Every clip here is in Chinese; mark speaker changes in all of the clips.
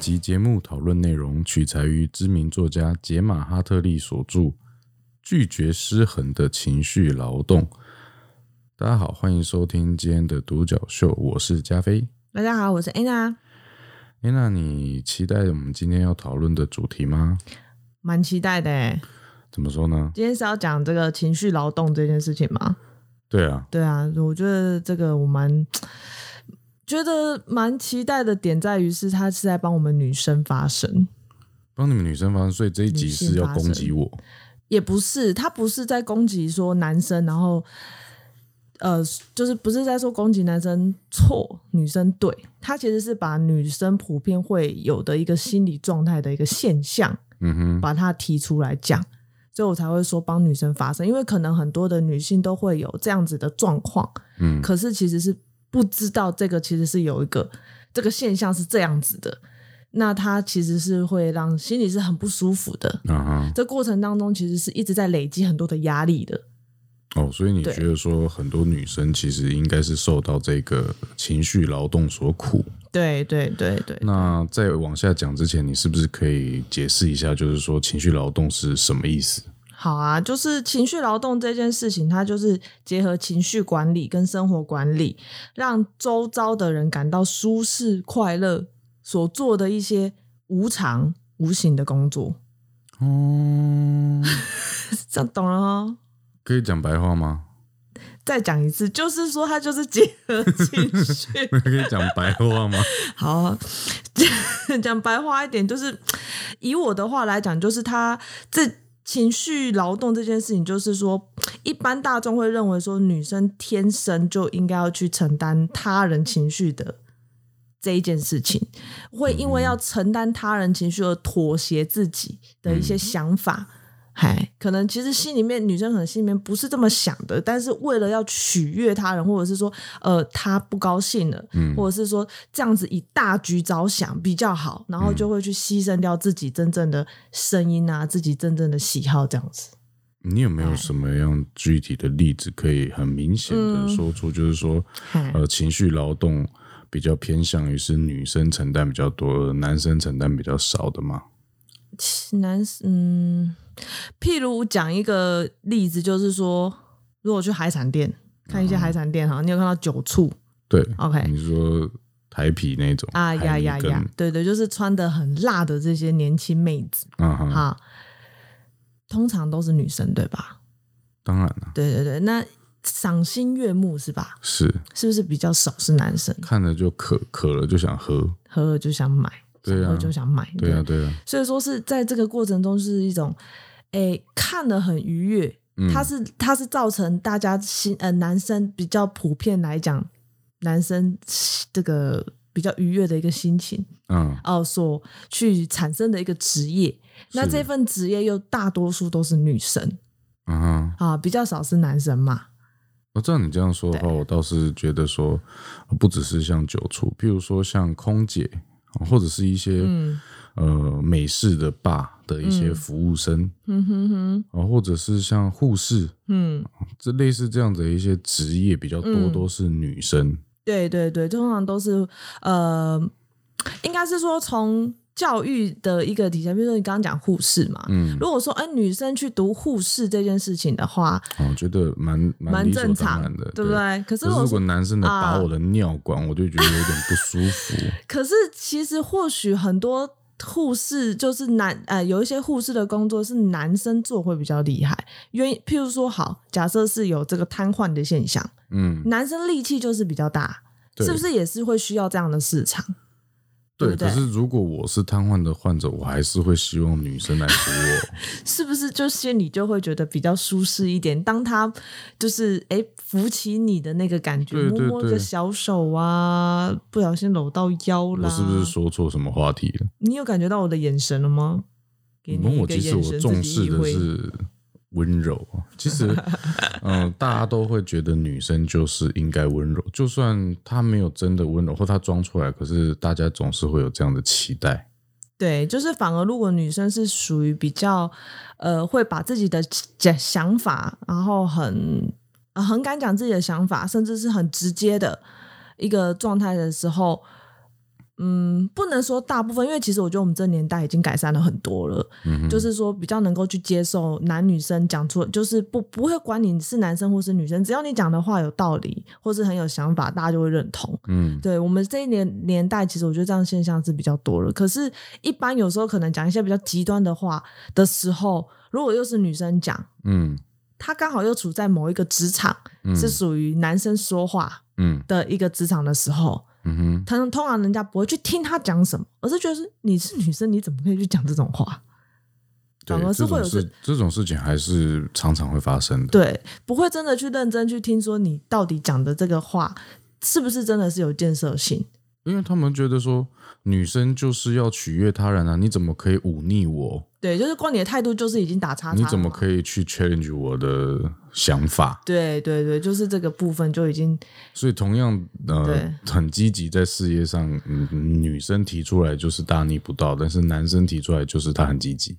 Speaker 1: 集节目讨论内容取材于知名作家杰玛·哈特利所著《拒绝失衡的情绪劳动》。大家好，欢迎收听今天的独角秀，我是加菲。
Speaker 2: 大家好，我是 Anna，
Speaker 1: 诶，那你期待我们今天要讨论的主题吗？
Speaker 2: 蛮期待的欸。
Speaker 1: 怎么说呢？
Speaker 2: 今天是要讲这个情绪劳动这件事情吗？
Speaker 1: 对啊，
Speaker 2: 对啊，我觉得这个我蛮觉得蛮期待的点在于是，他是在帮我们女生发声，
Speaker 1: 帮你们女生发声，所以这一集是要攻击我。
Speaker 2: 也不是他不是在攻击说男生，然后呃，就是不是在说攻击男生错，女生对，他其实是把女生普遍会有的一个心理状态的一个现象，
Speaker 1: 嗯哼，
Speaker 2: 把它提出来讲，所以我才会说帮女生发声，因为可能很多的女性都会有这样子的状况，
Speaker 1: 嗯，
Speaker 2: 可是其实是不知道这个其实是有一个这个现象是这样子的，那它其实是会让心里是很不舒服的。
Speaker 1: 啊
Speaker 2: 这过程当中其实是一直在累积很多的压力的，
Speaker 1: 哈，哦，所以你
Speaker 2: 对
Speaker 1: 觉得说很多女生其实应该是受到这个情绪劳动所苦。
Speaker 2: 对对对对，
Speaker 1: 那在往下讲之前，你是不是可以解释一下，就是说情绪劳动是什么意思？
Speaker 2: 好啊，就是情绪劳动这件事情，它就是结合情绪管理跟生活管理，让周遭的人感到舒适、快乐，所做的一些无偿、无形的工作，
Speaker 1: 哦，
Speaker 2: 这样懂了哦。
Speaker 1: 可以讲白话 吗？
Speaker 2: 再讲一次，就是说它就是结合情绪
Speaker 1: 可以讲白话吗？
Speaker 2: 好 啊，讲白话一点，就是以我的话来讲，就是他这情绪劳动这件事情，就是说，一般大众会认为说，女生天生就应该要去承担他人情绪的。这一件事情会因为要承担他人情绪而妥协自己的一些想法，嗨，可能其实心里面女生可能心里面不是这么想的，但是为了要取悦他人，或者是说，呃，她不高兴了，
Speaker 1: 嗯
Speaker 2: 或者是说这样子以大局着想比较好，然后就会去牺牲掉自己真正的声音啊，自己真正的喜好这样子。
Speaker 1: 你有没有什么样具体的例子可以很明显的说出？就是说，
Speaker 2: 嗯嗨
Speaker 1: 呃，情绪劳动比较偏向于是女生承担比较多，男生承担比较少的吗？
Speaker 2: 男，嗯，譬如讲一个例子，就是说，如果去海产店看一些海产店哈，你有看到酒醋
Speaker 1: 对
Speaker 2: ，OK，
Speaker 1: 你说台啤那种
Speaker 2: 哎啊呀呀呀，，嗯对对，就是穿的很辣的这些年轻妹子
Speaker 1: 海尼根啊哈，
Speaker 2: 哈，通常都是女生对吧？
Speaker 1: 当然了，
Speaker 2: 对对对，那赏心悦目是吧？
Speaker 1: 是
Speaker 2: 是不是比较少是男生？
Speaker 1: 看着就渴，渴了就想喝，
Speaker 2: 喝了就想买，
Speaker 1: 对啊
Speaker 2: 想喝就想买，
Speaker 1: 对啊，对啊，
Speaker 2: 所以说是在这个过程中是一种，诶，看了很愉悦，
Speaker 1: 嗯
Speaker 2: 它是它是造成大家心呃男生比较普遍来讲，男生这个比较愉悦的一个心情
Speaker 1: 嗯，
Speaker 2: 哦、所去产生的一个职业，那
Speaker 1: 是
Speaker 2: 这份职业又大多数都是女生
Speaker 1: 啊哈，
Speaker 2: 啊，比较少是男生嘛，
Speaker 1: 我照你这样说的话，我倒是觉得说，呃不只是像酒醋，譬如说像空姐，呃或者是一些、
Speaker 2: 嗯
Speaker 1: 呃美式的吧的一些服务生，
Speaker 2: 嗯哼哼，
Speaker 1: 啊、或者是像护士，
Speaker 2: 嗯，
Speaker 1: 这类似这样子的一些职业比较多、
Speaker 2: 嗯
Speaker 1: 都是女生。
Speaker 2: 对对对，通常都是呃，应该是说从教育的一个底下，比如说你刚刚讲护士嘛，
Speaker 1: 嗯，
Speaker 2: 如果说哎、女生去读护士这件事情的话，
Speaker 1: 啊我觉得蛮蛮
Speaker 2: 蛮
Speaker 1: 理所
Speaker 2: 正
Speaker 1: 当
Speaker 2: 常
Speaker 1: 然的，
Speaker 2: 对不
Speaker 1: 对？
Speaker 2: 对？可是
Speaker 1: 可
Speaker 2: 如
Speaker 1: 是
Speaker 2: 果
Speaker 1: 如
Speaker 2: 说
Speaker 1: 果男生的
Speaker 2: 啊
Speaker 1: 拔我的尿管，我就觉得有点不舒服。
Speaker 2: 可是其实或许很多护士就是男呃，有一些护士的工作是男生做会比较厉害，原因譬如说好，假设是有这个瘫痪的现象，
Speaker 1: 嗯，
Speaker 2: 男生力气就是比较大，
Speaker 1: 对，
Speaker 2: 是不？是也是会需要这样的市场？
Speaker 1: 对，
Speaker 2: 对不
Speaker 1: 可
Speaker 2: 对
Speaker 1: 是如果我是瘫痪的患者，我还是会希望女生来扶我。
Speaker 2: 是不是就心里就会觉得比较舒适一点？当他就是哎扶起你的那个感觉，
Speaker 1: 对对
Speaker 2: 摸摸
Speaker 1: 对
Speaker 2: 个小手啊，不小心搂到腰啦，
Speaker 1: 我是不是说错什么话题了？
Speaker 2: 你有感觉到我的眼神了吗？给
Speaker 1: 问
Speaker 2: 你一
Speaker 1: 我
Speaker 2: 个
Speaker 1: 其实
Speaker 2: 眼神，
Speaker 1: 我重
Speaker 2: 自己
Speaker 1: 视
Speaker 2: 意
Speaker 1: 的
Speaker 2: 会
Speaker 1: 是温柔啊。其 实，嗯、大家都会觉得女生就是应该温柔，就算她没有真的温柔，或她装出来，可是大家总是会有这样的期待。
Speaker 2: 对，就是反而如果女生是属于比较呃会把自己的想想法，然后很、呃很敢讲自己的想法，甚至是很直接的一个状态的时候，嗯，不能说大部分，因为其实我觉得我们这年代已经改善了很多了，就是说比较能够去接受男女生讲出，就是不不会管你是男生或是女生，只要你讲的话有道理或是很有想法，大家就会认同。
Speaker 1: 嗯，
Speaker 2: 对我们这一年年代，其实我觉得这样现象是比较多了。可是，一般有时候可能讲一些比较极端的话的时候，如果又是女生讲，
Speaker 1: 嗯
Speaker 2: 她刚好又处在某一个职场，
Speaker 1: 嗯
Speaker 2: 是属于男生说话
Speaker 1: 嗯
Speaker 2: 的一个职场的时候，
Speaker 1: 嗯哼，
Speaker 2: 通通常人家不会去听她讲什么，而是觉得是你是女生，你怎么可以去讲这种话？
Speaker 1: 对，
Speaker 2: 反而是
Speaker 1: 这
Speaker 2: 会有
Speaker 1: 种事这种事情还是常常会发生的。
Speaker 2: 对，不会真的去认真去听说你到底讲的这个话是不是真的是有建设性。
Speaker 1: 因为他们觉得说女生就是要取悦他人啊，你怎么可以忤逆我？
Speaker 2: 对，就是光你的态度就是已经打叉叉了
Speaker 1: 你
Speaker 2: 嘛。
Speaker 1: 怎么可以去 challenge 我的想法？
Speaker 2: 对对对，就是这个部分就已经
Speaker 1: 所以同样呃，
Speaker 2: 对
Speaker 1: 很积极在事业上，嗯，女生提出来就是大逆不道，但是男生提出来就是他很积极，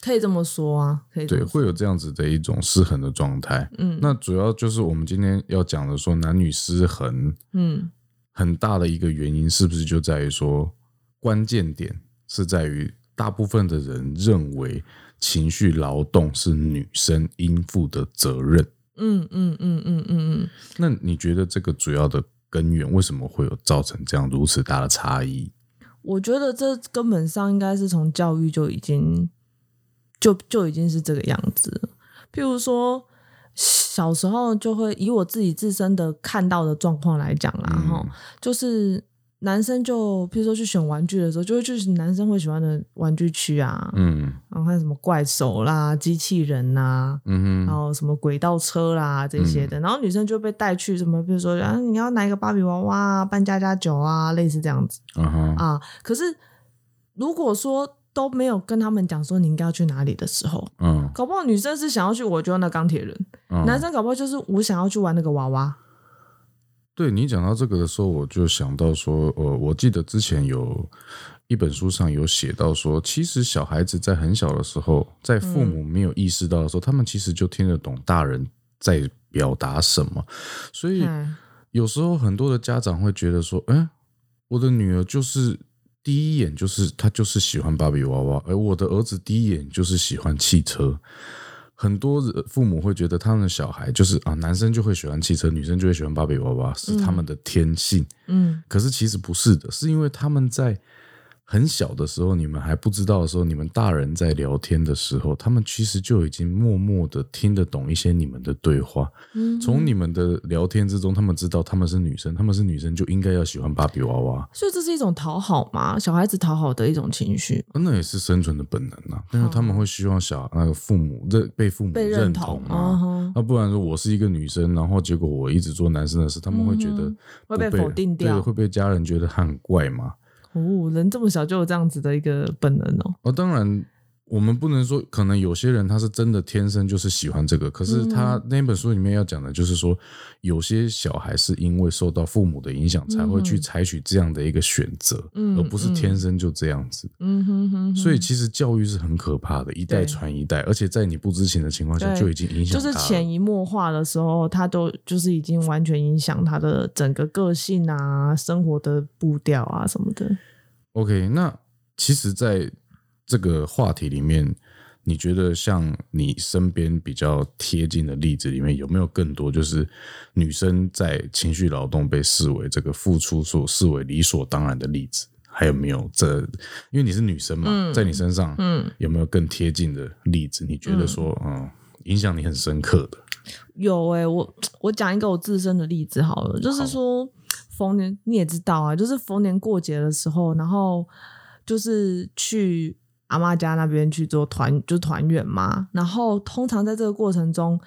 Speaker 2: 可以这么说啊，可以这
Speaker 1: 对，
Speaker 2: 么说
Speaker 1: 会有这样子的一种失衡的状态。
Speaker 2: 嗯
Speaker 1: 那主要就是我们今天要讲的说男女失衡
Speaker 2: 嗯，
Speaker 1: 很大的一个原因，是不是就在于说关键点是在于大部分的人认为情绪劳动是女生应负的责任。
Speaker 2: 嗯嗯嗯嗯嗯嗯，
Speaker 1: 那你觉得这个主要的根源为什么会有造成这样如此大的差异？
Speaker 2: 我觉得这根本上应该是从教育就已经就就已经是这个样子了。譬如说，小时候就会以我自己自身的看到的状况来讲啦，哈、
Speaker 1: 嗯
Speaker 2: 就是男生就譬如说去选玩具的时候，就会去男生会喜欢的玩具区啊，
Speaker 1: 嗯
Speaker 2: 然后看什么怪手啦、机器人啦、
Speaker 1: 嗯
Speaker 2: 然
Speaker 1: 哼，
Speaker 2: 后什么轨道车啦这些的，然后女生就被带去什么，比如说啊，你要拿一个芭比娃娃啊，扮家家酒啊，类似这样子
Speaker 1: 啊哈，
Speaker 2: 啊。可是如果说都没有跟他们讲说你应该要去哪里的时候，
Speaker 1: 嗯
Speaker 2: 搞不好女生是想要去我就要那钢铁人，
Speaker 1: 嗯，
Speaker 2: 男生搞不好就是我想要去玩那个娃娃。
Speaker 1: 对你讲到这个的时候，我就想到说，呃，我记得之前有一本书上有写到说，其实小孩子在很小的时候，在父母没有意识到的时候，他们其实就听得懂大人在表达什么，所以
Speaker 2: 嗯
Speaker 1: 有时候很多的家长会觉得说，哎、我的女儿就是。第一眼就是她就是喜欢芭比娃娃，而我的儿子第一眼就是喜欢汽车。很多人父母会觉得他们的小孩就是啊，男生就会喜欢汽车，女生就会喜欢芭比娃娃，是他们的天性。
Speaker 2: 嗯
Speaker 1: 可是其实不是的，是因为他们在很小的时候，你们还不知道的时候，你们大人在聊天的时候，他们其实就已经默默的听得懂一些你们的对话。
Speaker 2: 嗯，
Speaker 1: 从你们的聊天之中，他们知道他们是女生，他们是女生就应该要喜欢芭比娃娃，
Speaker 2: 所以这是一种讨好嘛，小孩子讨好的一种情绪。
Speaker 1: 那也是生存的本能啊。但是他们会希望小那个父母认被父母
Speaker 2: 被认
Speaker 1: 认
Speaker 2: 同嗯
Speaker 1: 啊。
Speaker 2: 哼
Speaker 1: 那不然说我是一个女生，然后结果我一直做男生的事，他们会觉得
Speaker 2: 嗯
Speaker 1: 不
Speaker 2: 会被否定掉
Speaker 1: 对，会被家人觉得他很怪嘛。
Speaker 2: 哦，人这么小就有这样子的一个本能哦。
Speaker 1: 哦，当然，我们不能说，可能有些人他是真的天生就是喜欢这个，可是他
Speaker 2: 嗯
Speaker 1: 那本书里面要讲的就是说，有些小孩是因为受到父母的影响，才会去采取这样的一个选择，
Speaker 2: 嗯
Speaker 1: 而不是天生就这样子。
Speaker 2: 嗯哼哼哼，
Speaker 1: 所以其实教育是很可怕的，一代
Speaker 2: 对
Speaker 1: 传一代，而且在你不知情的情况下
Speaker 2: 对
Speaker 1: 就已经影响
Speaker 2: 就
Speaker 1: 他
Speaker 2: 是
Speaker 1: 了。
Speaker 2: 潜移默化的时候，他都就是已经完全影响他的整个个性啊、生活的步调啊什么的。
Speaker 1: OK，那其实，在这个话题里面，你觉得像你身边比较贴近的例子里面，有没有更多就是女生在情绪劳动被视为这个付出所视为理所当然的例子？还有没有这？因为你是女生嘛，
Speaker 2: 嗯
Speaker 1: 在你身上，
Speaker 2: 嗯，
Speaker 1: 有没有更贴近的例子？你觉得说，嗯，影响你很深刻的？
Speaker 2: 有诶、我我讲一个我自身的例子好了，就是说逢年你也知道啊，就是逢年过节的时候，然后就是去阿妈家那边去做团，就是团圆嘛。然后通常在这个过程中，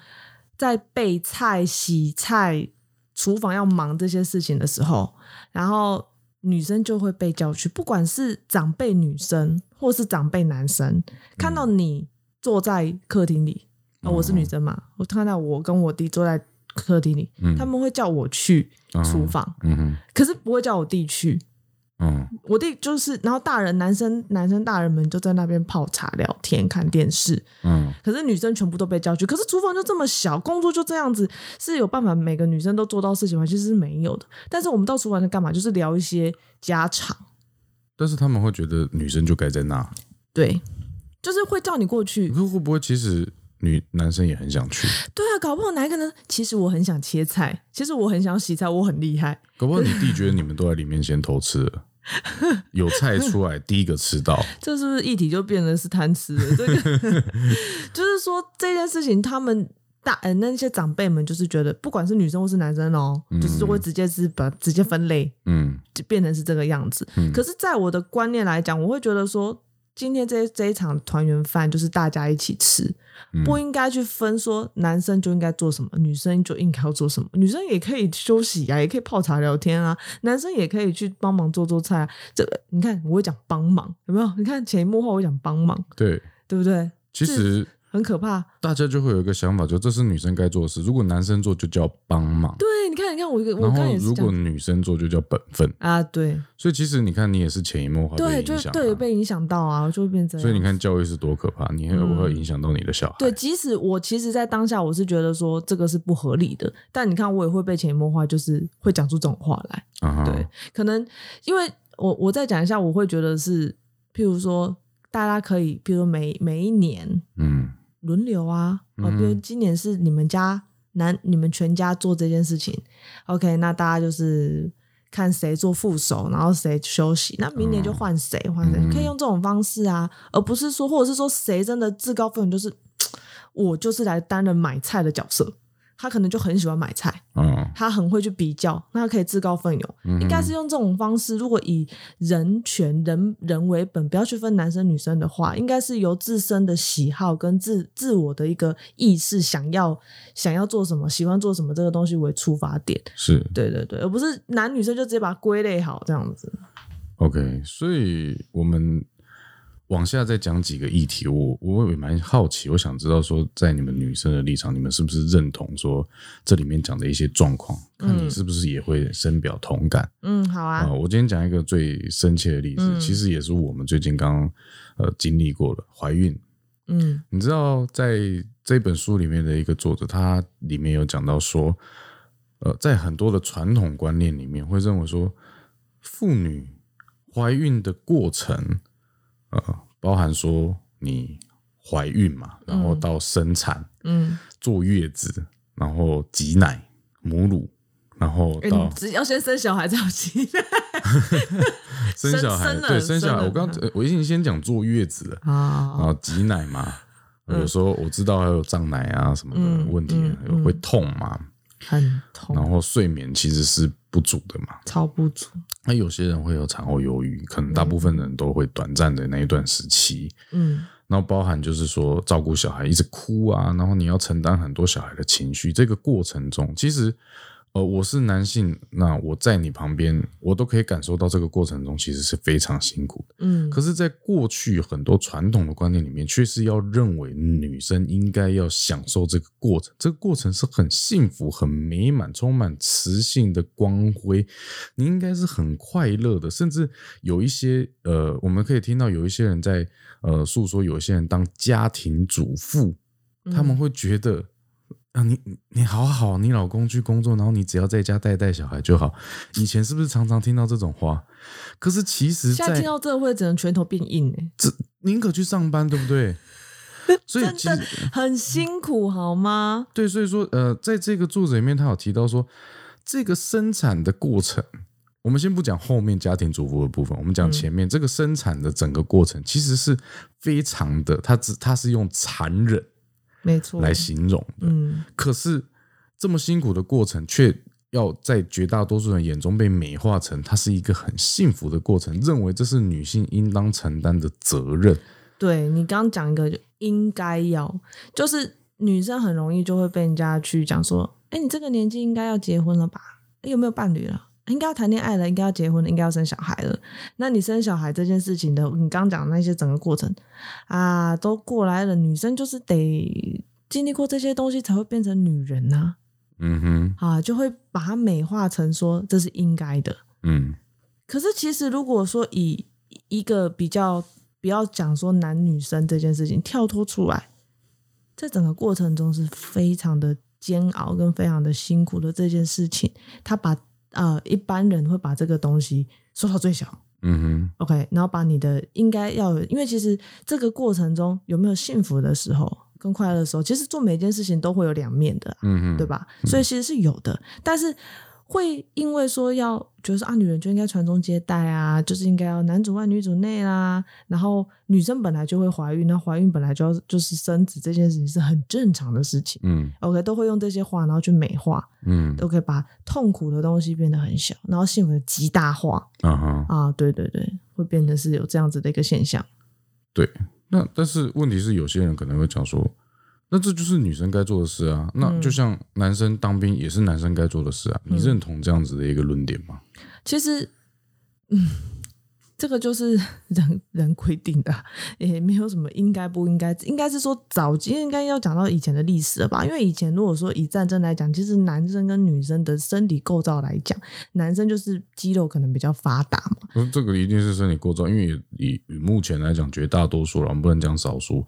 Speaker 2: 在备菜、洗菜、厨房要忙这些事情的时候，然后女生就会被叫去，不管是长辈女生或是长辈男生，看
Speaker 1: 嗯
Speaker 2: 到你坐在客厅里，呃我是女生嘛，我看到我跟我弟坐在客厅里，
Speaker 1: 嗯
Speaker 2: 他们会叫我去
Speaker 1: 嗯
Speaker 2: 厨房，
Speaker 1: 嗯哼，
Speaker 2: 可是不会叫我弟去。
Speaker 1: 嗯
Speaker 2: 我弟就是，然后大人男生男生大人们就在那边泡茶聊天看电视，
Speaker 1: 嗯
Speaker 2: 可是女生全部都被叫去。可是厨房就这么小，工作就这样子，是有办法每个女生都做到事情吗？其实是没有的。但是我们到厨房在干嘛？就是聊一些家常，
Speaker 1: 但是他们会觉得女生就该在那，
Speaker 2: 对，就是会叫你过去
Speaker 1: 可。是会不会其实女男生也很想去？
Speaker 2: 对啊，搞不好哪一个呢？其实我很想切菜，其实我很想洗菜，我很厉害。
Speaker 1: 搞不好你弟觉得你们都在里面先偷吃 了，有菜出来第一个吃到，
Speaker 2: 这是不是议题就变成是贪吃了？这个就是说这件事情，他们大呃那些长辈们就是觉得，不管是女生或是男生哦，就是就会直接是把直接分类，
Speaker 1: 嗯
Speaker 2: 就变成是这个样子。
Speaker 1: 嗯
Speaker 2: 可是，在我的观念来讲，我会觉得说，今天这这一场团圆饭就是大家一起吃，
Speaker 1: 嗯
Speaker 2: 不应该去分说男生就应该做什么，女生就应该要做什么。女生也可以休息啊，也可以泡茶聊天啊，男生也可以去帮忙做做菜、啊。这个你看，我会讲帮忙，有没有？你看前一幕后我讲帮忙，
Speaker 1: 对，
Speaker 2: 对不对？
Speaker 1: 其实。
Speaker 2: 很可怕。
Speaker 1: 大家就会有一个想法，就这是女生该做的事。如果男生做，就叫帮忙；
Speaker 2: 对，你看，你看，我我
Speaker 1: 然
Speaker 2: 刚刚
Speaker 1: 后
Speaker 2: 也是
Speaker 1: 如
Speaker 2: 讲
Speaker 1: 果女生做，就叫本分。
Speaker 2: 啊，对
Speaker 1: 所以其实你看，你也是潜移默化被
Speaker 2: 对，
Speaker 1: 影
Speaker 2: 就
Speaker 1: 响、啊，
Speaker 2: 对被影响到啊，就会变这样。
Speaker 1: 所以你看教育是多可怕，你会不会影响到你的小孩？
Speaker 2: 嗯对，即使我其实，在当下我是觉得说这个是不合理的，但你看我也会被潜移默化，就是会讲出这种话来。
Speaker 1: 啊哈，
Speaker 2: 对，可能因为我我再讲一下，我会觉得是，譬如说大家可以，譬如说每每一年
Speaker 1: 嗯
Speaker 2: 轮流啊，啊，
Speaker 1: 嗯
Speaker 2: 比如今年是你们家男你们全家做这件事情，OK，那大家就是。看谁做副手，然后谁休息，那明年就换谁换谁，
Speaker 1: 嗯
Speaker 2: 可以用这种方式啊，而不是说，或者是说谁真的自告奋勇，就是我就是来担任买菜的角色，他可能就很喜欢买菜，
Speaker 1: 嗯
Speaker 2: 他很会去比较，那他可以自告奋勇，
Speaker 1: 嗯哼
Speaker 2: 应该是用这种方式。如果以人权、人人为本，不要去分男生女生的话，应该是由自身的喜好跟自自我的一个意识，想要想要做什么、喜欢做什么这个东西为出发点。
Speaker 1: 是
Speaker 2: 对对对，而不是男女生就直接把它归类好这样子。
Speaker 1: OK，所以我们往下再讲几个议题，我我也蛮好奇，我想知道说，在你们女生的立场，你们是不是认同说这里面讲的一些状况？看你是不是也会深表同感
Speaker 2: 嗯，好
Speaker 1: 啊、
Speaker 2: 啊，
Speaker 1: 我今天讲一个最深切的例子，
Speaker 2: 嗯
Speaker 1: 其实也是我们最近刚呃经历过的怀孕。
Speaker 2: 嗯
Speaker 1: 你知道，在这本书里面的一个作者，他里面有讲到说，呃，在很多的传统观念里面，会认为说，妇女怀孕的过程，呃，包含说你怀孕嘛，然后到生产、
Speaker 2: 嗯，
Speaker 1: 坐月子，然后挤奶、母乳，然后
Speaker 2: 哎、
Speaker 1: 到
Speaker 2: 你只要先生小孩才有期 待
Speaker 1: 生小孩，
Speaker 2: 生了
Speaker 1: 对，生小
Speaker 2: 生
Speaker 1: 孩。
Speaker 2: 了嗯
Speaker 1: 我刚呃我已经先讲坐月子了，然
Speaker 2: 啊。
Speaker 1: 后挤奶嘛，有时候我知道还有胀奶啊什么的
Speaker 2: 嗯
Speaker 1: 问题，
Speaker 2: 嗯嗯
Speaker 1: 会痛嘛，
Speaker 2: 很痛，
Speaker 1: 然后睡眠其实是不足的嘛。
Speaker 2: 超不足。
Speaker 1: 那有些人会有产后忧郁，可能大部分人都会短暂的那一段时期。
Speaker 2: 嗯
Speaker 1: 然后包含就是说照顾小孩一直哭啊，然后你要承担很多小孩的情绪，这个过程中其实。呃，我是男性，那我在你旁边，我都可以感受到这个过程中其实是非常辛苦的。
Speaker 2: 嗯，
Speaker 1: 可是，在过去很多传统的观念里面，却是要认为女生应该要享受这个过程，这个过程是很幸福、很美满、充满磁性的光辉，你应该是很快乐的。甚至有一些呃，我们可以听到有一些人在呃诉说，有一些人当家庭主妇，他
Speaker 2: 嗯
Speaker 1: 们会觉得。啊，你你你好好，你老公去工作，然后你只要在家带带小孩就好。以前是不是常常听到这种话？可是其实
Speaker 2: 现
Speaker 1: 在，
Speaker 2: 在听到这个会只能拳头变硬哎、
Speaker 1: 宁可去上班，对不 对？所以其
Speaker 2: 真的
Speaker 1: 实
Speaker 2: 很辛苦好吗？
Speaker 1: 对，所以说呃，在这个作者里面，他有提到说，这个生产的过程，我们先不讲后面家庭主妇的部分，我们讲
Speaker 2: 嗯
Speaker 1: 前面、这个生产的整个过程，其实是非常的，他只他是用残忍
Speaker 2: 没错，
Speaker 1: 来形容的，
Speaker 2: 嗯，
Speaker 1: 可是这么辛苦的过程，却要在绝大多数人眼中被美化成它是一个很幸福的过程，认为这是女性应当承担的责任。
Speaker 2: 对你刚刚讲一个就应该要，就是女生很容易就会被人家去讲说，哎，你这个年纪应该要结婚了吧？哎，有没有伴侣了？哎应该要谈恋爱了，应该要结婚了，应该要生小孩了。那你生小孩这件事情的，你刚讲的那些整个过程啊，都过来了，女生就是得经历过这些东西才会变成女人呐、
Speaker 1: 嗯哼，
Speaker 2: 啊，就会把它美化成说这是应该的。
Speaker 1: 嗯。
Speaker 2: 可是其实如果说以一个比较不要讲说男女生这件事情跳脱出来，在整个过程中是非常的煎熬跟非常的辛苦的这件事情，他把呃一般人会把这个东西缩到最小，
Speaker 1: 嗯
Speaker 2: OK，然后把你的应该要有，因为其实这个过程中有没有幸福的时候跟快乐的时候，其实做每件事情都会有两面的啊、
Speaker 1: 哼，嗯哼，
Speaker 2: 对？吧？所以其实是有的，但是会因为说要觉得说啊，女人就应该传宗接代啊，就是应该要男主外女主内啦，然后女生本来就会怀孕，那怀孕本来就要就是生子这件事情是很正常的事情。
Speaker 1: 嗯
Speaker 2: OK，都会用这些话，然后去美化，
Speaker 1: 嗯
Speaker 2: 都可以把痛苦的东西变得很小，然后幸福的极大化
Speaker 1: 啊哈，
Speaker 2: 啊！对对对，会变成是有这样子的一个现象。
Speaker 1: 对。那但是问题是，有些人可能会讲说，那这就是女生该做的事啊。那就像男生当兵也是男生该做的事啊。你认同这样子的一个论点吗？
Speaker 2: 其实，嗯，这个就是人人规定的啊，也没有什么应该不应该，应该是说早期应该要讲到以前的历史了吧？因为以前如果说以战争来讲，其实男生跟女生的身体构造来讲，男生就是肌肉可能比较发达嘛，
Speaker 1: 不是这个一定是身体构造，因为以以目前来讲，绝大多数了，我们不能讲少数，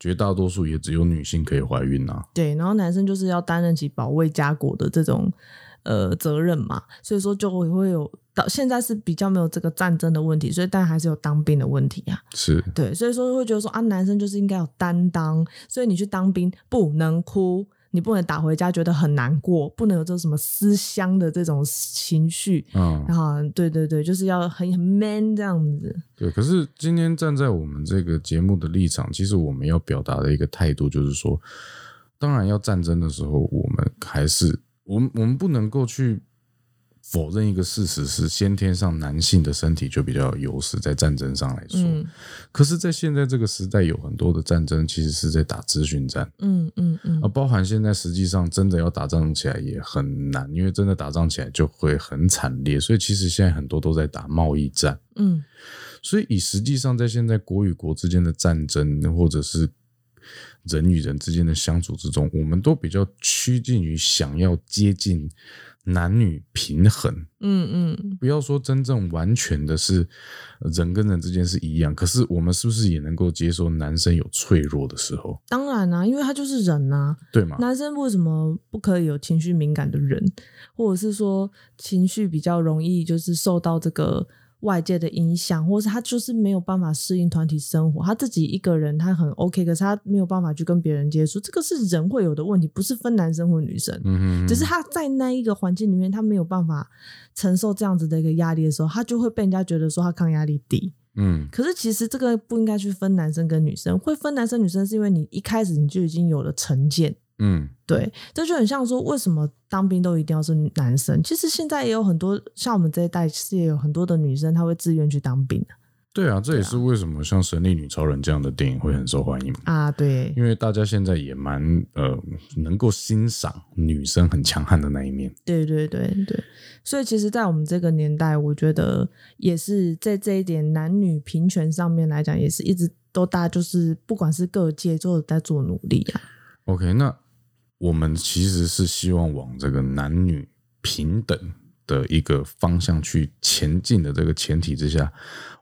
Speaker 1: 绝大多数也只有女性可以怀孕啊。
Speaker 2: 对，然后男生就是要担任起保卫家国的这种呃责任嘛，所以说就会会有到现在是比较没有这个战争的问题，所以但还是有当兵的问题啊。
Speaker 1: 是，
Speaker 2: 对，所以说会觉得说啊，男生就是应该有担当，所以你去当兵不能哭，你不能打回家觉得很难过，不能有这种什么思乡的这种情绪。
Speaker 1: 嗯，
Speaker 2: 然后，对对对，就是要很很 man 这样子。
Speaker 1: 对。可是今天站在我们这个节目的立场，其实我们要表达的一个态度就是说，当然要战争的时候，我们还是我们我们不能够去否认一个事实是，先天上男性的身体就比较有优势，在战争上来说。
Speaker 2: 嗯
Speaker 1: 可是，在现在这个时代，有很多的战争其实是在打资讯战。
Speaker 2: 嗯嗯嗯
Speaker 1: 啊，，包含现在实际上真的要打仗起来也很难，因为真的打仗起来就会很惨烈，所以其实现在很多都在打贸易战，
Speaker 2: 嗯
Speaker 1: 所以以实际上在现在国与国之间的战争，或者是人与人之间的相处之中，我们都比较趋近于想要接近男女平衡，
Speaker 2: 嗯嗯
Speaker 1: 不要说真正完全的是呃人跟人之间是一样，可是我们是不是也能够接受男生有脆弱的时候，
Speaker 2: 当然啊啦、因为他就是人啊呐、
Speaker 1: 对吗？
Speaker 2: 男生为什么不可以有情绪敏感的人，或者是说情绪比较容易就是受到这个外界的影响，或是他就是没有办法适应团体生活，他自己一个人他很 OK，可是他没有办法去跟别人接触，这个是人会有的问题，不是分男生或女生。
Speaker 1: 嗯哼
Speaker 2: 只是他在那一个环境里面，他没有办法承受这样子的一个压力的时候，他就会被人家觉得说他抗压力低。
Speaker 1: 嗯
Speaker 2: 可是其实这个不应该去分男生跟女生，会分男生女生是因为你一开始你就已经有了成见，
Speaker 1: 嗯
Speaker 2: 对，这就很像说，为什么当兵都一定要是男生？其实现在也有很多像我们这一代，是也有很多的女生，她会自愿去当兵
Speaker 1: 对啊，这也是为什么像《神力女超人》这样的电影会很受欢迎，
Speaker 2: 啊。对，
Speaker 1: 因为大家现在也蛮呃能够欣赏女生很强悍的那一面。
Speaker 2: 对对对对，所以其实，在我们这个年代，我觉得也是在这一点男女平权上面来讲，也是一直都大家就是不管是各界都有在做努力啊。
Speaker 1: OK，那我们其实是希望往这个男女平等的一个方向去前进的这个前提之下，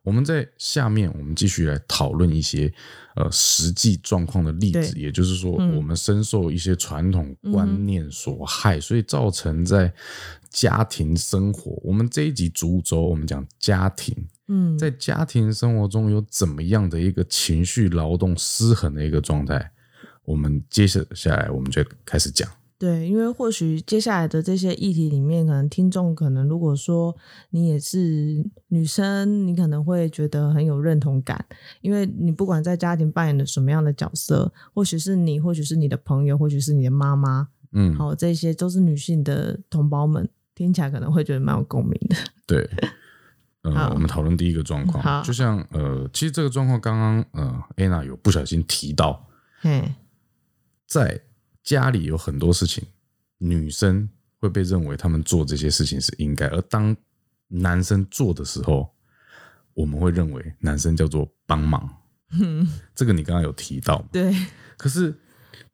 Speaker 1: 我们在下面我们继续来讨论一些呃实际状况的例子，
Speaker 2: 对
Speaker 1: 也就是说，
Speaker 2: 嗯
Speaker 1: 我们深受一些传统观念所害，所以造成在家庭生活，我们这一集主轴我们讲家庭，
Speaker 2: 嗯，
Speaker 1: 在家庭生活中有怎么样的一个情绪劳动失衡的一个状态？我们接着下来，我们就开始讲。
Speaker 2: 对，因为或许接下来的这些议题里面，可能听众可能如果说你也是女生，你可能会觉得很有认同感，因为你不管在家庭扮演的什么样的角色，或许是你，或许是你的朋友，或许是你的妈妈，
Speaker 1: 嗯，
Speaker 2: 好、这些都是女性的同胞们，听起来可能会觉得蛮有共鸣的。
Speaker 1: 对。呃，
Speaker 2: 好
Speaker 1: 我们讨论第一个状况，
Speaker 2: 好
Speaker 1: 就像呃，其实这个状况刚刚呃，Anna 有不小心提到，
Speaker 2: 嘿，
Speaker 1: 在家里有很多事情，女生会被认为他们做这些事情是应该，而当男生做的时候，我们会认为男生叫做帮忙。
Speaker 2: 嗯，
Speaker 1: 这个你刚刚有提到嘛
Speaker 2: 对，
Speaker 1: 可是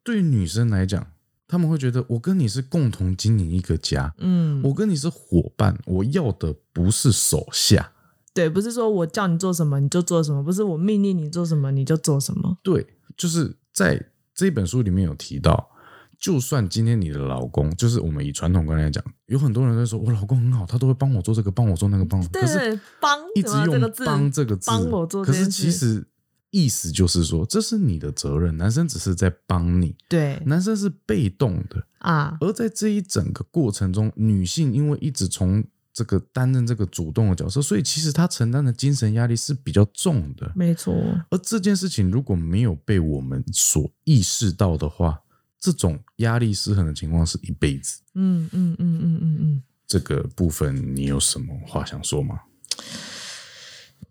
Speaker 1: 对于女生来讲，她们会觉得我跟你是共同经营一个家，
Speaker 2: 嗯，
Speaker 1: 我跟你是伙伴，我要的不是手下。
Speaker 2: 对，不是说我叫你做什么你就做什么，不是我命令你做什么你就做什么。
Speaker 1: 对，就是在这本书里面有提到，就算今天你的老公，就是我们以传统观来讲，有很多人在说我老公很好，他都会帮我做这个，帮我做那个，帮我。可是
Speaker 2: 对，帮
Speaker 1: 一
Speaker 2: 什
Speaker 1: 直
Speaker 2: 么这
Speaker 1: 用“
Speaker 2: 个字，
Speaker 1: 帮”这个字，
Speaker 2: 帮我做这
Speaker 1: 可
Speaker 2: 件
Speaker 1: 是
Speaker 2: 事。
Speaker 1: 其实意思就是说，这是你的责任，男生只是在帮你，
Speaker 2: 对
Speaker 1: 男生是被动的。
Speaker 2: 啊，
Speaker 1: 而在这一整个过程中，女性因为一直从这个担任这个主动的角色，所以其实她承担的精神压力是比较重的。
Speaker 2: 没错，
Speaker 1: 而这件事情如果没有被我们所意识到的话，这种压力失衡的情况是一辈子。
Speaker 2: 嗯嗯嗯嗯嗯嗯
Speaker 1: 这个部分你有什么话想说吗？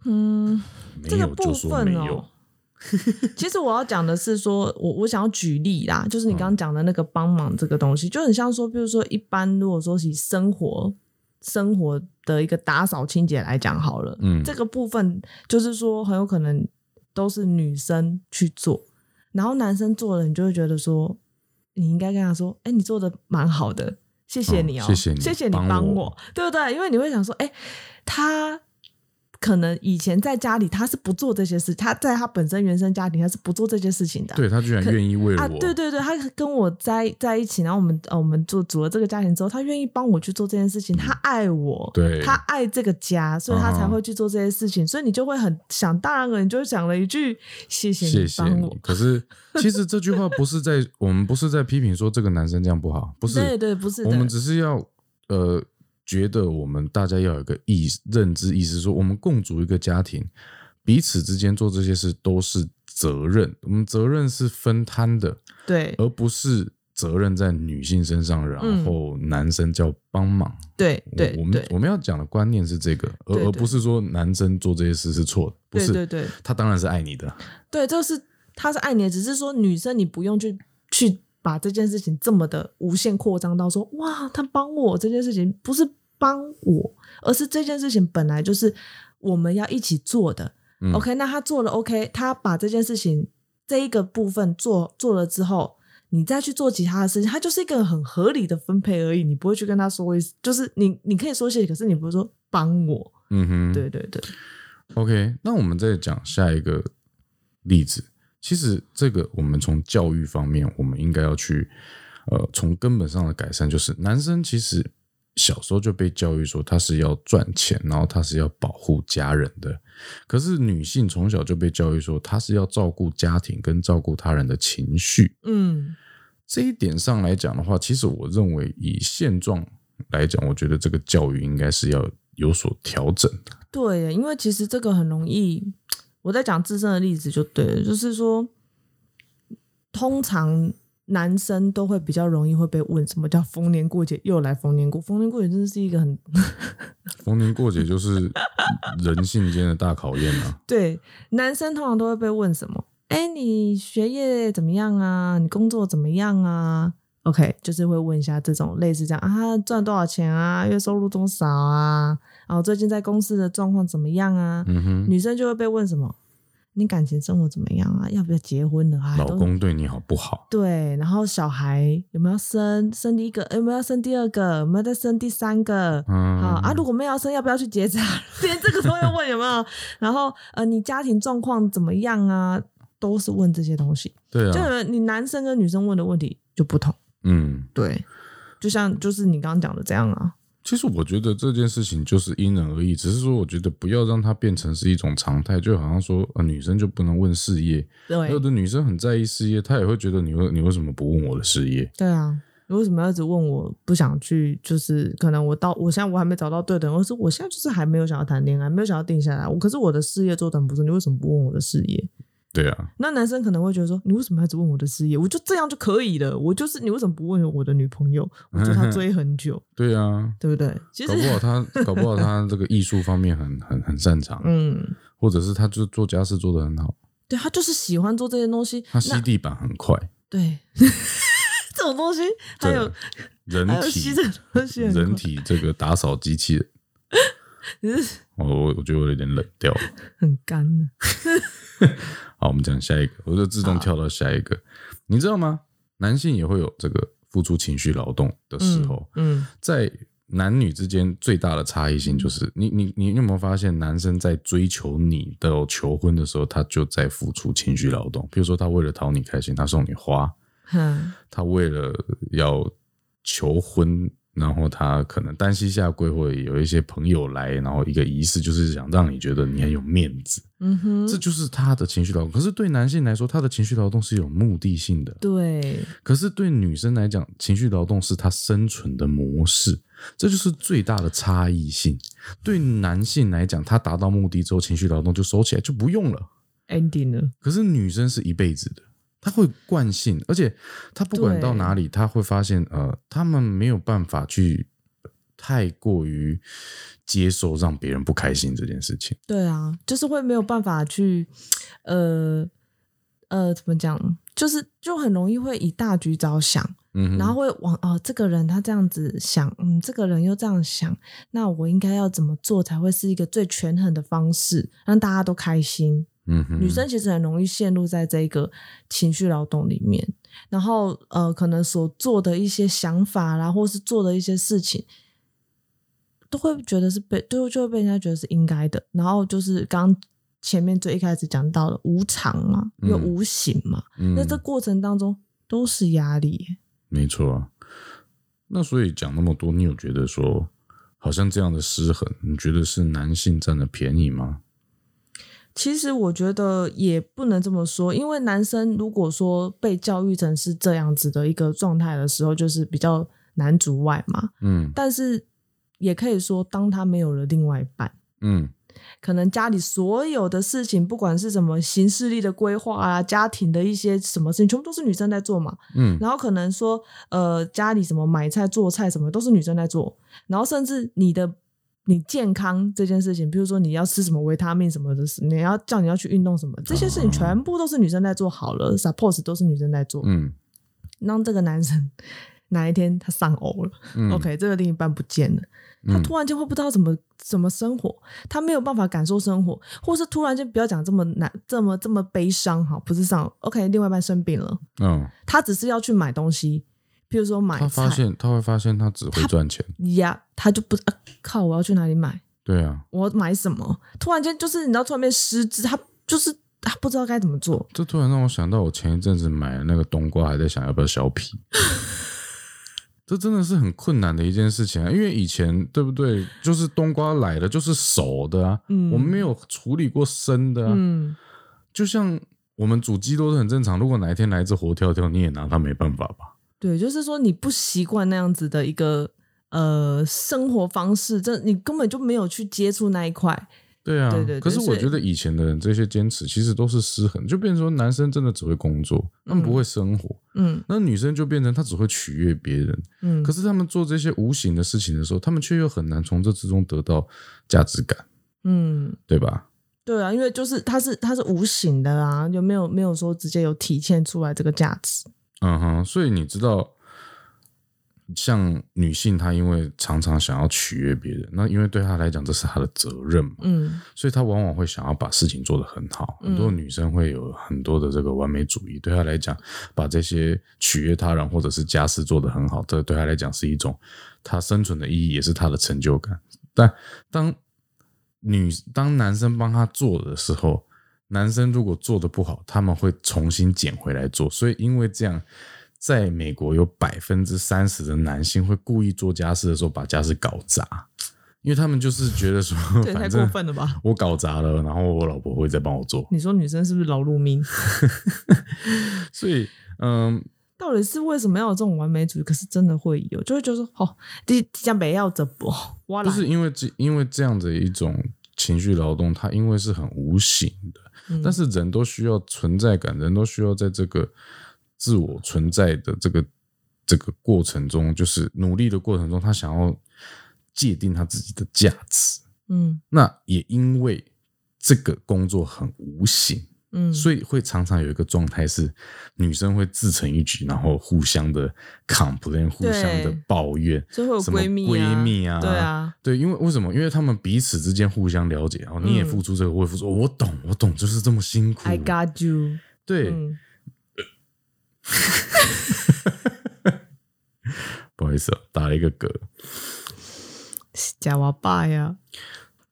Speaker 2: 嗯，
Speaker 1: 没
Speaker 2: 这个
Speaker 1: 有就
Speaker 2: 部
Speaker 1: 说
Speaker 2: 分
Speaker 1: 没有
Speaker 2: 哦。。 其实我要讲的是说，我我想要举例啦，就是你刚刚讲的那个帮忙这个东
Speaker 1: 嗯
Speaker 2: 西，就很像说，比如说一般如果说以生活生活的一个打扫清洁来讲好了，
Speaker 1: 嗯
Speaker 2: 这个部分就是说很有可能都是女生去做，然后男生做了，你就会觉得说，你应该跟他说，哎、你做的蛮好的，谢谢你哦，
Speaker 1: 哦谢谢你
Speaker 2: 谢谢你
Speaker 1: 帮
Speaker 2: 帮
Speaker 1: 我
Speaker 2: 对不对？因为你会想说，哎、他可能以前在家里他是不做这些事，他在他本身原生家庭他是不做这些事情的啊、
Speaker 1: 对他居然愿意为了
Speaker 2: 啊，
Speaker 1: 我，
Speaker 2: 对对对，他跟我在在一起，然后我们呃我们做组了这个家庭之后，他愿意帮我去做这件事情，他爱我，
Speaker 1: 嗯对
Speaker 2: 他爱这个家，所以他才
Speaker 1: 嗯哼
Speaker 2: 会去做这些事情，所以你就会很想当然了，你就会讲了一句谢谢
Speaker 1: 谢
Speaker 2: 你
Speaker 1: 谢
Speaker 2: 帮
Speaker 1: 你
Speaker 2: 我。。
Speaker 1: 可是其实这句话不是在 我们不是在批评说这个男生这样不好，不是，
Speaker 2: 对对，不是的，
Speaker 1: 我们只是要呃觉得我们大家要有一个意认知意识，说我们共组一个家庭，彼此之间做这些事都是责任，我们责任是分摊的，
Speaker 2: 对
Speaker 1: 而不是责任在女性身上，然
Speaker 2: 嗯
Speaker 1: 后男生叫帮忙。
Speaker 2: 对
Speaker 1: 我
Speaker 2: 对
Speaker 1: 我们
Speaker 2: 对
Speaker 1: 我们要讲的观念是这个，而
Speaker 2: 对对
Speaker 1: 而不是说男生做这些事是错的，不
Speaker 2: 对对
Speaker 1: 是。
Speaker 2: 对
Speaker 1: 他当然是爱你的，
Speaker 2: 对，就是他是爱你的，只是说女生你不用去去把这件事情这么的无限扩张到说哇，他帮我这件事情不是帮我，而是这件事情本来就是我们要一起做的。
Speaker 1: 嗯
Speaker 2: OK，那他做了 OK，他把这件事情这一个部分做做了之后，你再去做其他的事情，它就是一个很合理的分配而已。你不会去跟他说一，就是你你可以说谢谢，可是你不是说帮我。
Speaker 1: 嗯哼，
Speaker 2: 对对对，
Speaker 1: OK，那我们再讲下一个例子。其实这个我们从教育方面，我们应该要去呃从根本上的改善，就是男生其实小时候就被教育说他是要赚钱，然后他是要保护家人的。可是女性从小就被教育说她是要照顾家庭跟照顾他人的情绪。
Speaker 2: 嗯
Speaker 1: 这一点上来讲的话，其实我认为以现状来讲，我觉得这个教育应该是要有所调整的。
Speaker 2: 对耶，因为其实这个很容易，我在讲自身的例子就对了，就是说，通常男生都会比较容易会被问什么叫逢年过节又来逢年过，逢年过节真的是一个很
Speaker 1: 逢年过节就是人性间的大考验 啊。
Speaker 2: 对，男生通常都会被问什么？哎，你学业怎么样啊？你工作怎么样啊？OK，就是会问一下这种类似这样啊，赚多少钱啊？月收入多少啊？然后最近在公司的状况怎么样啊？
Speaker 1: 嗯哼，
Speaker 2: 女生就会被问什么？你感情生活怎么样啊？要不要结婚了啊？
Speaker 1: 老
Speaker 2: 都
Speaker 1: 公对你好不好？
Speaker 2: 对，然后小孩有没有生？生第一个，有没有要生第二个？有没有再生第三个？
Speaker 1: 嗯
Speaker 2: 好啊，如果没有要生，要不要去结扎？ 连这个都要问有没有？ 然后呃，你家庭状况怎么样啊？都是问这些东西，
Speaker 1: 对
Speaker 2: 就
Speaker 1: 啊，
Speaker 2: 是你男生跟女生问的问题就不同。
Speaker 1: 嗯，
Speaker 2: 对，就像就是你刚刚讲的这样啊。
Speaker 1: 其实我觉得这件事情就是因人而异，只是说我觉得不要让它变成是一种常态，就好像说呃女生就不能问事业，有
Speaker 2: 对，
Speaker 1: 的女生很在意事业，她也会觉得你为你为什么不问我的事业？
Speaker 2: 对啊。你为什么要一直问我不想去？就是可能我到我现在我还没找到对的人，或是我现在就是还没有想要谈恋爱，没有想要定下来。我可是我的事业做得很不错，你为什么不问我的事业？
Speaker 1: 对啊，
Speaker 2: 那男生可能会觉得说，你为什么要一直问我的事业？我就这样就可以了。我就是你为什么不问我的女朋友？我叫 她追很久，
Speaker 1: 对啊，
Speaker 2: 对不对？其
Speaker 1: 搞不
Speaker 2: 实，
Speaker 1: 好她搞不好她这个艺术方面很很很擅长，
Speaker 2: 嗯，
Speaker 1: 或者是她就做家事做得很好，
Speaker 2: 对他就是喜欢做这些东西。
Speaker 1: 她吸地板很快，
Speaker 2: 对， 这种东西还有
Speaker 1: 人
Speaker 2: 还有
Speaker 1: 体
Speaker 2: 吸这种东西很快
Speaker 1: 人体这个打扫机器人。哦
Speaker 2: 你是
Speaker 1: 我我我觉得我有点冷掉。
Speaker 2: 很干的。
Speaker 1: 好，我们讲下一个，我就自动跳到下一个。你知道吗？男性也会有这个付出情绪劳动的时候，
Speaker 2: 嗯，
Speaker 1: 在男女之间最大的差异性就是，你你你有没有发现，男生在追求你的求婚的时候，他就在付出情绪劳动。比如说，他为了讨你开心，他送你花，
Speaker 2: 嗯
Speaker 1: 她为了要求婚，然后她可能单膝下跪，或者有一些朋友来，然后一个仪式，就是想让你觉得你很有面子，
Speaker 2: 嗯哼，
Speaker 1: 这就是她的情绪劳动。可是对男性来说，他的情绪劳动是有目的性的，
Speaker 2: 对，
Speaker 1: 可是对女生来讲，情绪劳动是她生存的模式，这就是最大的差异性。对男性来讲，他达到目的之后，情绪劳动就收起来，就不用了。
Speaker 2: ending 了，
Speaker 1: 可是女生是一辈子的，她会惯性，而且她不管
Speaker 2: 对
Speaker 1: 到哪里，她会发现，呃，他们没有办法去太过于接受让别人不开心这件事情。
Speaker 2: 对啊，就是会没有办法去，呃呃，怎么讲，就是就很容易会以大局着想，
Speaker 1: 嗯哼，
Speaker 2: 然后会往哦，这个人他这样子想，嗯，这个人又这样想，那我应该要怎么做才会是一个最权衡的方式，让大家都开心？
Speaker 1: 嗯哼，
Speaker 2: 女生其实很容易陷入在这个情绪劳动里面，然后呃，可能所做的一些想法啦，或是做的一些事情，都会觉得是被，就就会被人家觉得是应该的。然后就是刚前面最一开始讲到的无常嘛，又
Speaker 1: 嗯
Speaker 2: 无形嘛，
Speaker 1: 嗯
Speaker 2: 那这过程当中都是压力耶、
Speaker 1: 没错啊。那所以讲那么多，你有觉得说，好像这样的失衡，你觉得是男性占了便宜吗？
Speaker 2: 其实我觉得也不能这么说，因为男生如果说被教育成是这样子的一个状态的时候，就是比较男主外嘛。
Speaker 1: 嗯
Speaker 2: 但是也可以说，当他没有了另外一半，
Speaker 1: 嗯
Speaker 2: 可能家里所有的事情，不管是什么行事力的规划啊，家庭的一些什么事情，全部都是女生在做嘛。
Speaker 1: 嗯
Speaker 2: 然后可能说，呃，家里什么买菜、做菜什么都是女生在做，然后甚至你的你健康这件事情，比如说你要吃什么维他命什么的，你要叫你要去运动什么，这些事情全部都是女生在做好了、s u p p o s e 都是女生在做，
Speaker 1: 嗯
Speaker 2: 让这个男生哪一天他丧偶了、
Speaker 1: 嗯
Speaker 2: o k 这个另一半不见了。他
Speaker 1: 嗯
Speaker 2: 突然间会不知道怎么怎么生活，他没有办法感受生活，或是突然间不要讲这么难，这么这么悲伤哈，不是丧偶，OK，另外一半生病了，
Speaker 1: 嗯，
Speaker 2: 他只是要去买东西，譬如说买
Speaker 1: 他发
Speaker 2: 菜
Speaker 1: 现他会发现他只会赚钱，
Speaker 2: 呀，他就不、啊、靠我要去哪里买，
Speaker 1: 对啊，
Speaker 2: 我要买什么？突然间就是你知道，突然变失智，他就是他不知道该怎么做。
Speaker 1: 这突然让我想到，我前一阵子买的那个冬瓜，还在想要不要削皮。这真的是很困难的一件事情啊，因为以前对不对，就是冬瓜来了就是熟的啊，
Speaker 2: 嗯
Speaker 1: 我们没有处理过生的啊，
Speaker 2: 嗯，
Speaker 1: 就像我们煮鸡都是很正常，如果哪一天来一只活跳跳，你也拿它没办法吧？
Speaker 2: 对，就是说你不习惯那样子的一个呃生活方式，这你根本就没有去接触那一块。
Speaker 1: 对啊，
Speaker 2: 对对对
Speaker 1: 可是我
Speaker 2: 所以
Speaker 1: 觉得以前的人这些坚持其实都是失衡，就变成说男生真的只会工作，他们不会生活，
Speaker 2: 嗯
Speaker 1: 那女生就变成她只会取悦别人。
Speaker 2: 嗯，
Speaker 1: 可是他们做这些无形的事情的时候，他们却又很难从这之中得到价值感，
Speaker 2: 嗯，
Speaker 1: 对吧？
Speaker 2: 对啊，因为就是它是它是无形的啊，有没有没有说直接有体现出来这个价值？
Speaker 1: 嗯哼，所以你知道，像女性她因为常常想要取悦别人，那因为对她来讲这是她的责任嘛，
Speaker 2: 嗯
Speaker 1: 所以她往往会想要把事情做得很好。
Speaker 2: 嗯
Speaker 1: 很多女生会有很多的这个完美主义，对她来讲，把这些取悦他人或者是家事做得很好，这对她来讲是一种她生存的意义，也是她的成就感。但当女当男生帮她做的时候，男生如果做的不好，他们会重新捡回来做。所以因为这样。在美国有百分之三十的男性会故意做家事的时候把家事搞砸，因为他们就是觉得说，
Speaker 2: 对，太
Speaker 1: 反
Speaker 2: 过
Speaker 1: 正
Speaker 2: 分了吧？
Speaker 1: 我搞砸了，然后我老婆会再帮我做，
Speaker 2: 你说女生是不是劳碌命？
Speaker 1: 所以嗯，
Speaker 2: 到底是为什么要有这种完美主义？可是真的会有，就会觉得说，哦，你讲不要这不，我
Speaker 1: 不
Speaker 2: 来，
Speaker 1: 是因为这因为这样的一种情绪劳动，它因为是很无形的，
Speaker 2: 嗯
Speaker 1: 但是人都需要存在感，人都需要在这个自我存在的这个这个过程中，就是努力的过程中，他想要界定他自己的价值。
Speaker 2: 嗯
Speaker 1: 那也因为这个工作很无形，
Speaker 2: 嗯，
Speaker 1: 所以会常常有一个状态是，女生会自成一局，然后互相的 complain，互相的抱怨，
Speaker 2: 所以会有
Speaker 1: 什么
Speaker 2: 闺蜜、啊、
Speaker 1: 闺蜜啊
Speaker 2: 对啊，
Speaker 1: 对，因为为什么？因为他们彼此之间互相了解，然后你也
Speaker 2: 嗯
Speaker 1: 付出这个，我也付出，哦我懂，我懂，就是这么辛苦。
Speaker 2: ，I got you，
Speaker 1: 嗯对，
Speaker 2: 嗯，
Speaker 1: 不好意思、啊，打了一个嗝。
Speaker 2: 假娃爸呀，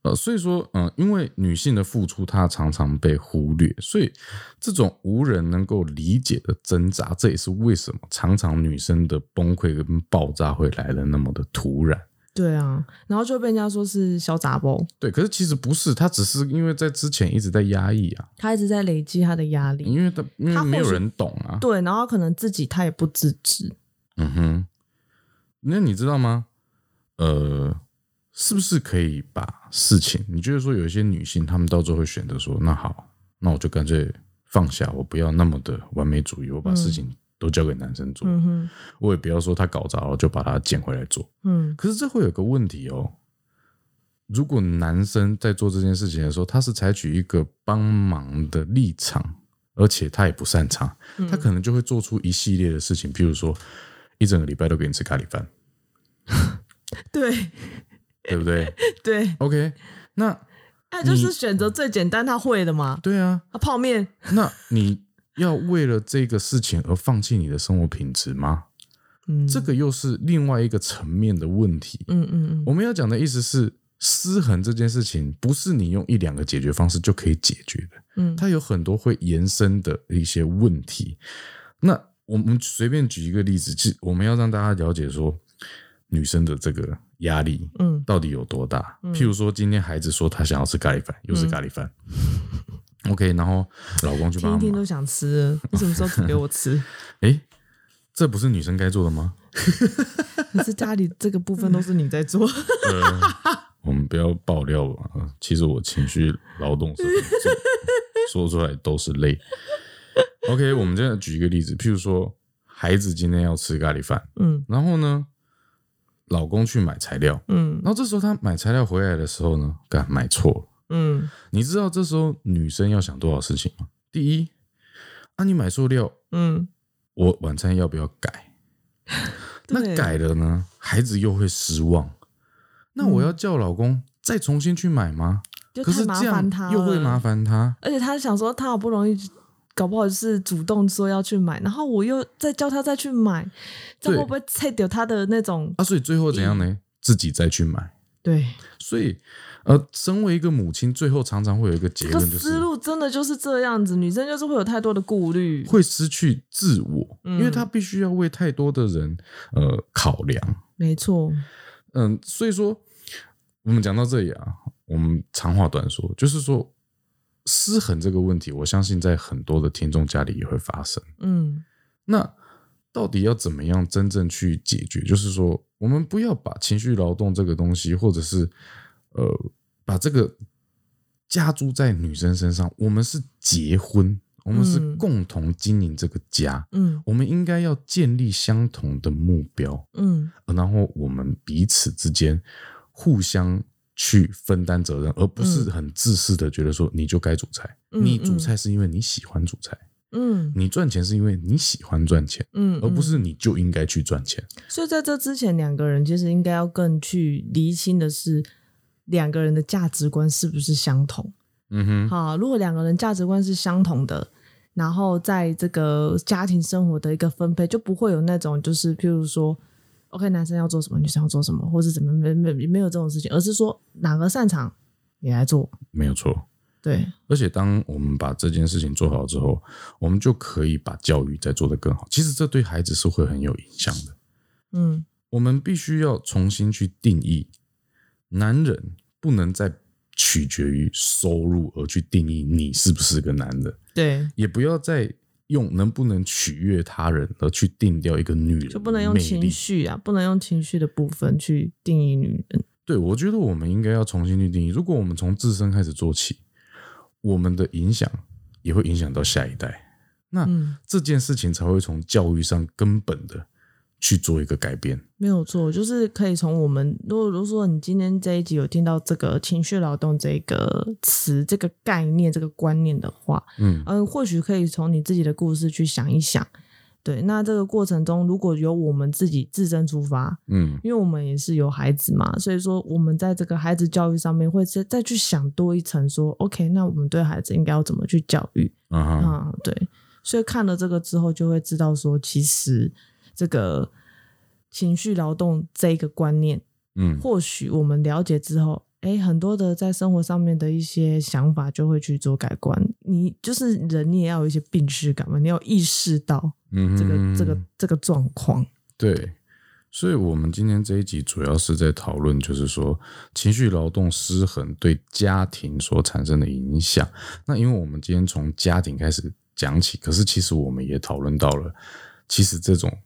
Speaker 1: 呃，所以说，嗯、因为女性的付出，她常常被忽略，所以这种无人能够理解的挣扎，这也是为什么常常女生的崩溃跟爆炸会来的那么的突然。
Speaker 2: 对啊，然后就被人家说是小杂包，
Speaker 1: 对，可是其实不是，她只是因为在之前一直在压抑啊，
Speaker 2: 他一直在累积他的压力。
Speaker 1: 因为她因为
Speaker 2: 她或
Speaker 1: 没有
Speaker 2: 许
Speaker 1: 人懂啊。
Speaker 2: 对，然后可能自己他也不自知。
Speaker 1: 嗯哼，那你知道吗？呃，是不是可以把事情？你觉得说有一些女性，她们到最后会选择说，那好，那我就干脆放下，我不要那么的完美主义，我把事情都交给男生做，
Speaker 2: 嗯哼，
Speaker 1: 我也不要说他搞砸了就把他捡回来做。
Speaker 2: 嗯，
Speaker 1: 可是这会有个问题哦。如果男生在做这件事情的时候，他是采取一个帮忙的立场，而且他也不擅长，他可能就会做出一系列的事情，譬如说一整个礼拜都给你吃咖喱饭，
Speaker 2: 对
Speaker 1: 对不对
Speaker 2: 对，
Speaker 1: ？OK，那
Speaker 2: 哎，就是选择最简单他会的嘛，
Speaker 1: 对啊，
Speaker 2: 啊，泡面。
Speaker 1: 那你要为了这个事情而放弃你的生活品质吗？
Speaker 2: 嗯，
Speaker 1: 这个又是另外一个层面的问题。
Speaker 2: 嗯嗯
Speaker 1: 我们要讲的意思是，失衡这件事情不是你用一两个解决方式就可以解决的，
Speaker 2: 嗯
Speaker 1: 它有很多会延伸的一些问题。那我们随便举一个例子，其实我们要让大家了解说，女生的这个压力
Speaker 2: 嗯嗯，
Speaker 1: 到底有多大。譬如说，今天孩子说他想要吃咖喱饭，又是咖喱饭。OK，然后老公去
Speaker 2: 听
Speaker 1: 帮
Speaker 2: 一
Speaker 1: 他
Speaker 2: 听
Speaker 1: 忙。
Speaker 2: 都想吃了，你什么时候煮给我吃？
Speaker 1: 哎，这不是女生该做的吗？
Speaker 2: 可是家里这个部分都是你 在做，
Speaker 1: 嗯我们不要爆料吧。呃其实我情绪劳动是很重，说出来都是泪。OK，我们这样举一个例子，譬如说，孩子今天要吃咖喱饭，
Speaker 2: 嗯
Speaker 1: 然后呢，老公去买材料，
Speaker 2: 嗯
Speaker 1: 然后这时候他买材料回来的时候呢，干买错了。
Speaker 2: 嗯
Speaker 1: 你知道这时候女生要想多少事情吗？第一，啊，你买塑料，
Speaker 2: 嗯，
Speaker 1: 我晚餐要不要 改？那
Speaker 2: 对
Speaker 1: 改了呢，孩子又会失望。那我要叫老公再重新去买吗？
Speaker 2: 就
Speaker 1: 可
Speaker 2: 嗯太
Speaker 1: 是
Speaker 2: 麻
Speaker 1: 这
Speaker 2: 烦他
Speaker 1: 样又会
Speaker 2: 了
Speaker 1: 麻烦他。
Speaker 2: 而且他想说，他好不容易，搞不好是主动说要去买，然后我又再叫他再去买，这
Speaker 1: 对
Speaker 2: 样会不会拆掉他的 那种？
Speaker 1: 啊，所以最后怎样呢？自己再去买。
Speaker 2: 对，
Speaker 1: 所以，呃，身为一个母亲，最后常常会有一个结
Speaker 2: 这个
Speaker 1: 论，就
Speaker 2: 思
Speaker 1: 是
Speaker 2: 路真的就是这样子，女生就是会有太多的顾虑。
Speaker 1: 会失去自我，
Speaker 2: 嗯
Speaker 1: 因为她必须要为太多的人呃考量。
Speaker 2: 没错，
Speaker 1: 嗯，所以说我们讲到这里啊，我们长话短说，就是说失衡这个问题，我相信在很多的听众家里也会发生。
Speaker 2: 嗯
Speaker 1: 那到底要怎么样真正去解决？就是说，我们不要把情绪劳动这个东西，或者是呃，把这个加诸在女生身上。我们是结婚，我们是
Speaker 2: 嗯
Speaker 1: 共同经营这个家，
Speaker 2: 嗯
Speaker 1: 我们应该要建立相同的目标。
Speaker 2: 嗯
Speaker 1: 然后我们彼此之间互相去分担责任，而不是很自私的觉得说你就该煮菜，
Speaker 2: 嗯
Speaker 1: 你煮菜是因为你喜欢煮菜，
Speaker 2: 嗯
Speaker 1: 你赚钱是因为你喜欢赚钱，
Speaker 2: 嗯，
Speaker 1: 而不
Speaker 2: 嗯
Speaker 1: 是你就应该去赚钱。
Speaker 2: 所以在这之前，两个人其实应该要更去厘清的是，两个人的价值观是不是相同。
Speaker 1: 嗯哼，
Speaker 2: 好，如果两个人价值观是相同的，然后在这个家庭生活的一个分配，就不会有那种就是譬如说，OK，男生要做什么，女生要做什么，或是怎么没没没有这种事情，而是说哪个擅长你来做。
Speaker 1: 没有错。
Speaker 2: 对，
Speaker 1: 而且，当我们把这件事情做好之后，我们就可以把教育再做得更好。其实，这对孩子是会很有影响的。
Speaker 2: 嗯
Speaker 1: 我们必须要重新去定义，男人不能再取决于收入而去定义你是不是个男人，
Speaker 2: 对，
Speaker 1: 也不要再用能不能取悦他人而去定掉一个女人
Speaker 2: 就不能
Speaker 1: 的
Speaker 2: 用
Speaker 1: 魅力
Speaker 2: 情绪啊，不能用情绪的部分去定义女人。
Speaker 1: 对，我觉得我们应该要重新去定义。如果我们从自身开始做起，我们的影响也会影响到下一代。那、
Speaker 2: 嗯
Speaker 1: 这件事情才会从教育上根本的去做一个改变。
Speaker 2: 没有错，就是可以从我们，如果如果说你今天这一集有听到这个情绪劳动这个词、这个概念、这个观念的话，
Speaker 1: 嗯
Speaker 2: 嗯，或许可以从你自己的故事去想一想。对，那这个过程中，如果有我们自己自身出发，
Speaker 1: 嗯，
Speaker 2: 因为我们也是有孩子嘛，所以说我们在这个孩子教育上面会再再去想多一层说，OK，那我们对孩子应该要怎么去教育？
Speaker 1: 啊哈。
Speaker 2: 啊，对，所以看了这个之后，就会知道说，其实这个情绪劳动这一个观念，
Speaker 1: 嗯
Speaker 2: 或许我们了解之后，哎，很多的在生活上面的一些想法就会去做改观。你就是人，你也要有一些病视感嘛，你要意识到
Speaker 1: 嗯哼，
Speaker 2: 这个、这个这个状况。
Speaker 1: 对，所以我们今天这一集主要是在讨论，就是说情绪劳动失衡对家庭所产生的影响。那因为我们今天从家庭开始讲起，可是其实我们也讨论到了，其实这种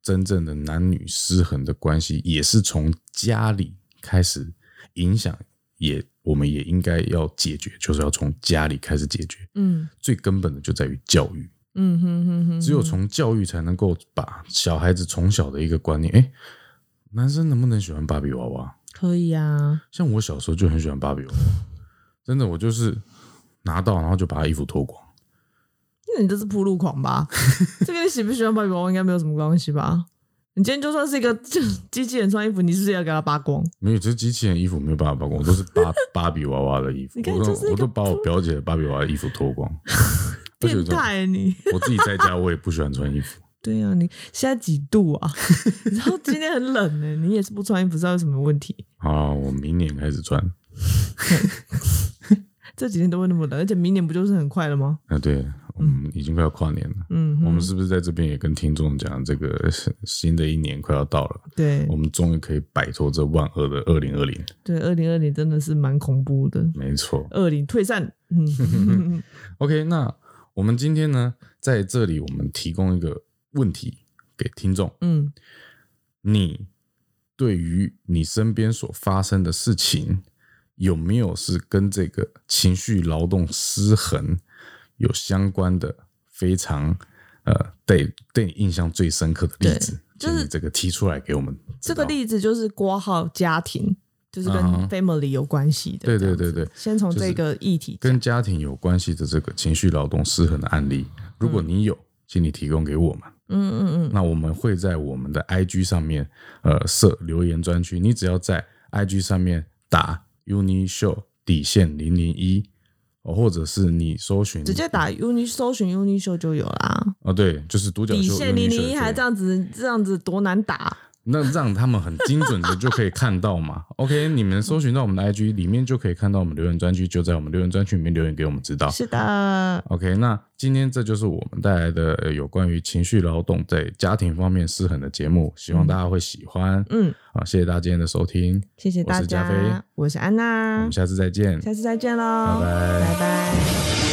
Speaker 1: 真正的男女失衡的关系，也是从家里开始影响，也我们也应该要解决，就是要从家里开始解决。
Speaker 2: 嗯
Speaker 1: 最根本的就在于教育。
Speaker 2: 嗯哼哼哼，
Speaker 1: 只有从教育才能够把小孩子从小的一个观念，哎，男生能不能喜欢芭比娃娃？
Speaker 2: 可以啊，
Speaker 1: 像我小时候就很喜欢芭比娃娃，真的，我就是拿到然后就把他衣服脱光。
Speaker 2: 那你这是铺路狂吧？ 这跟你喜不喜欢芭比娃娃应该没有什么关系吧？你今天就算是一个机器人穿衣服，你是不是也要给它扒光？
Speaker 1: 没有，这机器人衣服没有办法扒光，我都是 芭芭比娃娃的衣服，
Speaker 2: 你看
Speaker 1: 我都
Speaker 2: 就是一个
Speaker 1: 我都把我表姐的芭比娃娃衣服脱 光。而且
Speaker 2: 变态你！
Speaker 1: 我我自己在家我也不喜欢穿衣服，
Speaker 2: 对啊，你现在几度啊？ 你知道今天很冷呢、欸你也是不穿衣服，知道有什么问题？
Speaker 1: 好啦，我明年开始穿。
Speaker 2: 这几天都会那么冷，而且明年不就是很快了吗？
Speaker 1: 啊，对，我们已经快要跨年了，
Speaker 2: 嗯，
Speaker 1: 我们是不是在这边也跟听众讲，这个新的一年快要到了？
Speaker 2: 对
Speaker 1: 我们终于可以摆脱这万恶的二零二零。
Speaker 2: 对，二零二零真的是蛮恐怖的。
Speaker 1: 没错
Speaker 2: 二零退散，嗯，
Speaker 1: ，OK，那我们今天呢，在这里我们提供一个问题给听众：
Speaker 2: 嗯，
Speaker 1: 你对于你身边所发生的事情，有没有是跟这个情绪劳动失衡有相关的非常呃对对你印象最深刻的例子？
Speaker 2: 就是
Speaker 1: 请你这个提出来给我们知
Speaker 2: 这
Speaker 1: 道。
Speaker 2: 个例子就是挂号家庭，就是跟
Speaker 1: 嗯哼
Speaker 2: family 有关系的。
Speaker 1: 对
Speaker 2: 这
Speaker 1: 对
Speaker 2: 样
Speaker 1: 对对，
Speaker 2: 先从
Speaker 1: 就是
Speaker 2: 这个议题讲，
Speaker 1: 跟家庭有关系的这个情绪劳动失衡的案例，如果你有，请你提供给我们。
Speaker 2: 嗯嗯嗯，
Speaker 1: 那我们会在我们的 IG 上面，呃，设留言专区。你只要在 IG 上面打 Uni Show 底线零零一，哦或者是你搜寻
Speaker 2: 直接打 uni 搜寻 uni show 就有啦。
Speaker 1: 哦，对，就是啊独角
Speaker 2: 底
Speaker 1: 秀
Speaker 2: 线
Speaker 1: Uni
Speaker 2: 零
Speaker 1: Show
Speaker 2: 零一
Speaker 1: 对
Speaker 2: 还 这样子，这样子多难打。
Speaker 1: 那让他们很精准的就可以看到嘛。OK，你们搜寻到我们的 IG 里面就可以看到我们留言专区，就在我们留言专区里面留言给我们知道。
Speaker 2: 是的，
Speaker 1: OK，那今天这就是我们带来的呃有关于情绪劳动在家庭方面失衡的节目，希望大家会喜欢。
Speaker 2: 嗯，
Speaker 1: 好，谢谢大家今天的收听，
Speaker 2: 谢谢大
Speaker 1: 我是加菲
Speaker 2: 家，我是安
Speaker 1: 我
Speaker 2: 娜
Speaker 1: 们，下次再见，
Speaker 2: 下次再见
Speaker 1: 拜
Speaker 2: 喽，
Speaker 1: 拜。
Speaker 2: 拜拜